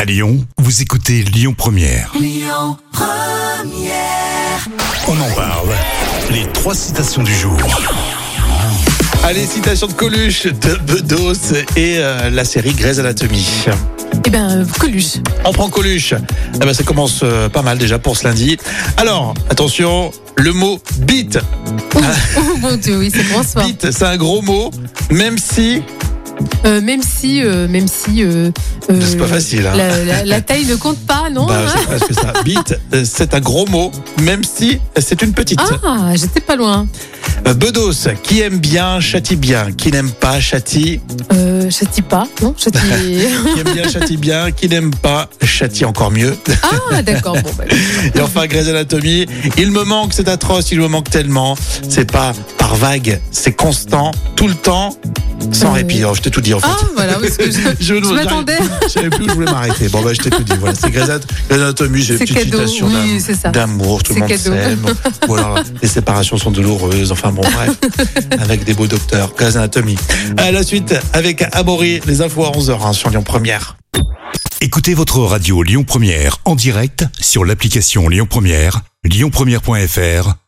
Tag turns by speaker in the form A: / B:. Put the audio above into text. A: À Lyon, vous écoutez Lyon Première. On en parle. Les trois citations du jour.
B: Allez, citation de Coluche, de Bedos et euh, la série Grey's Anatomy.
C: Eh ben, euh, Coluche.
B: On prend Coluche. Eh ben, ça commence euh, pas mal déjà pour ce lundi. Alors, attention, le mot bite.
C: Oh mon dieu, oui, c'est bon soir.
B: Bite, c'est un gros mot, même si
C: Euh, même si, euh, même si. euh, euh,
B: c'est pas facile. Hein.
C: La, la- la taille ne compte pas, non hein
B: Bah, c'est presque ça. Bite, euh, c'est un gros mot, même si c'est une petite.
C: Ah, j'étais pas loin.
B: Euh, Bedos, qui aime bien, châtie bien. Qui n'aime pas, châtie.
C: Euh, châtie pas, non Châtie.
B: Qui aime bien, châtie bien. Qui n'aime pas, châtie encore mieux.
C: ah, d'accord, bon, bah,
B: Et enfin, Grey's Anatomy, il me manque, c'est atroce, il me manque tellement. C'est pas par vague, c'est constant, tout le temps, sans
C: Euh.
B: répit. Alors, je t'ai tout dit en fait.
C: Ah, voilà, parce que je-
B: je
C: je m'attendais.
B: Je savais plus où je voulais m'arrêter. Bon, bah, je t'ai tout dit. Voilà, c'est Grey's Anat- Grey's Anatomy, j'ai une
C: C'est
B: petite
C: cadeau,
B: citation d'am-
C: oui, c'est ça.
B: d'amour, tout le
C: C'est
B: monde
C: cadeau.
B: s'aime. Ou alors, les séparations sont douloureuses. Enfin, bon, bref, avec des beaux docteurs. Grey's Anatomy. À la suite, avec Amaury, les infos à 11h hein, sur Lyon Première.
A: Écoutez votre radio Lyon Première en direct sur l'application Lyon Première, lyonpremière.fr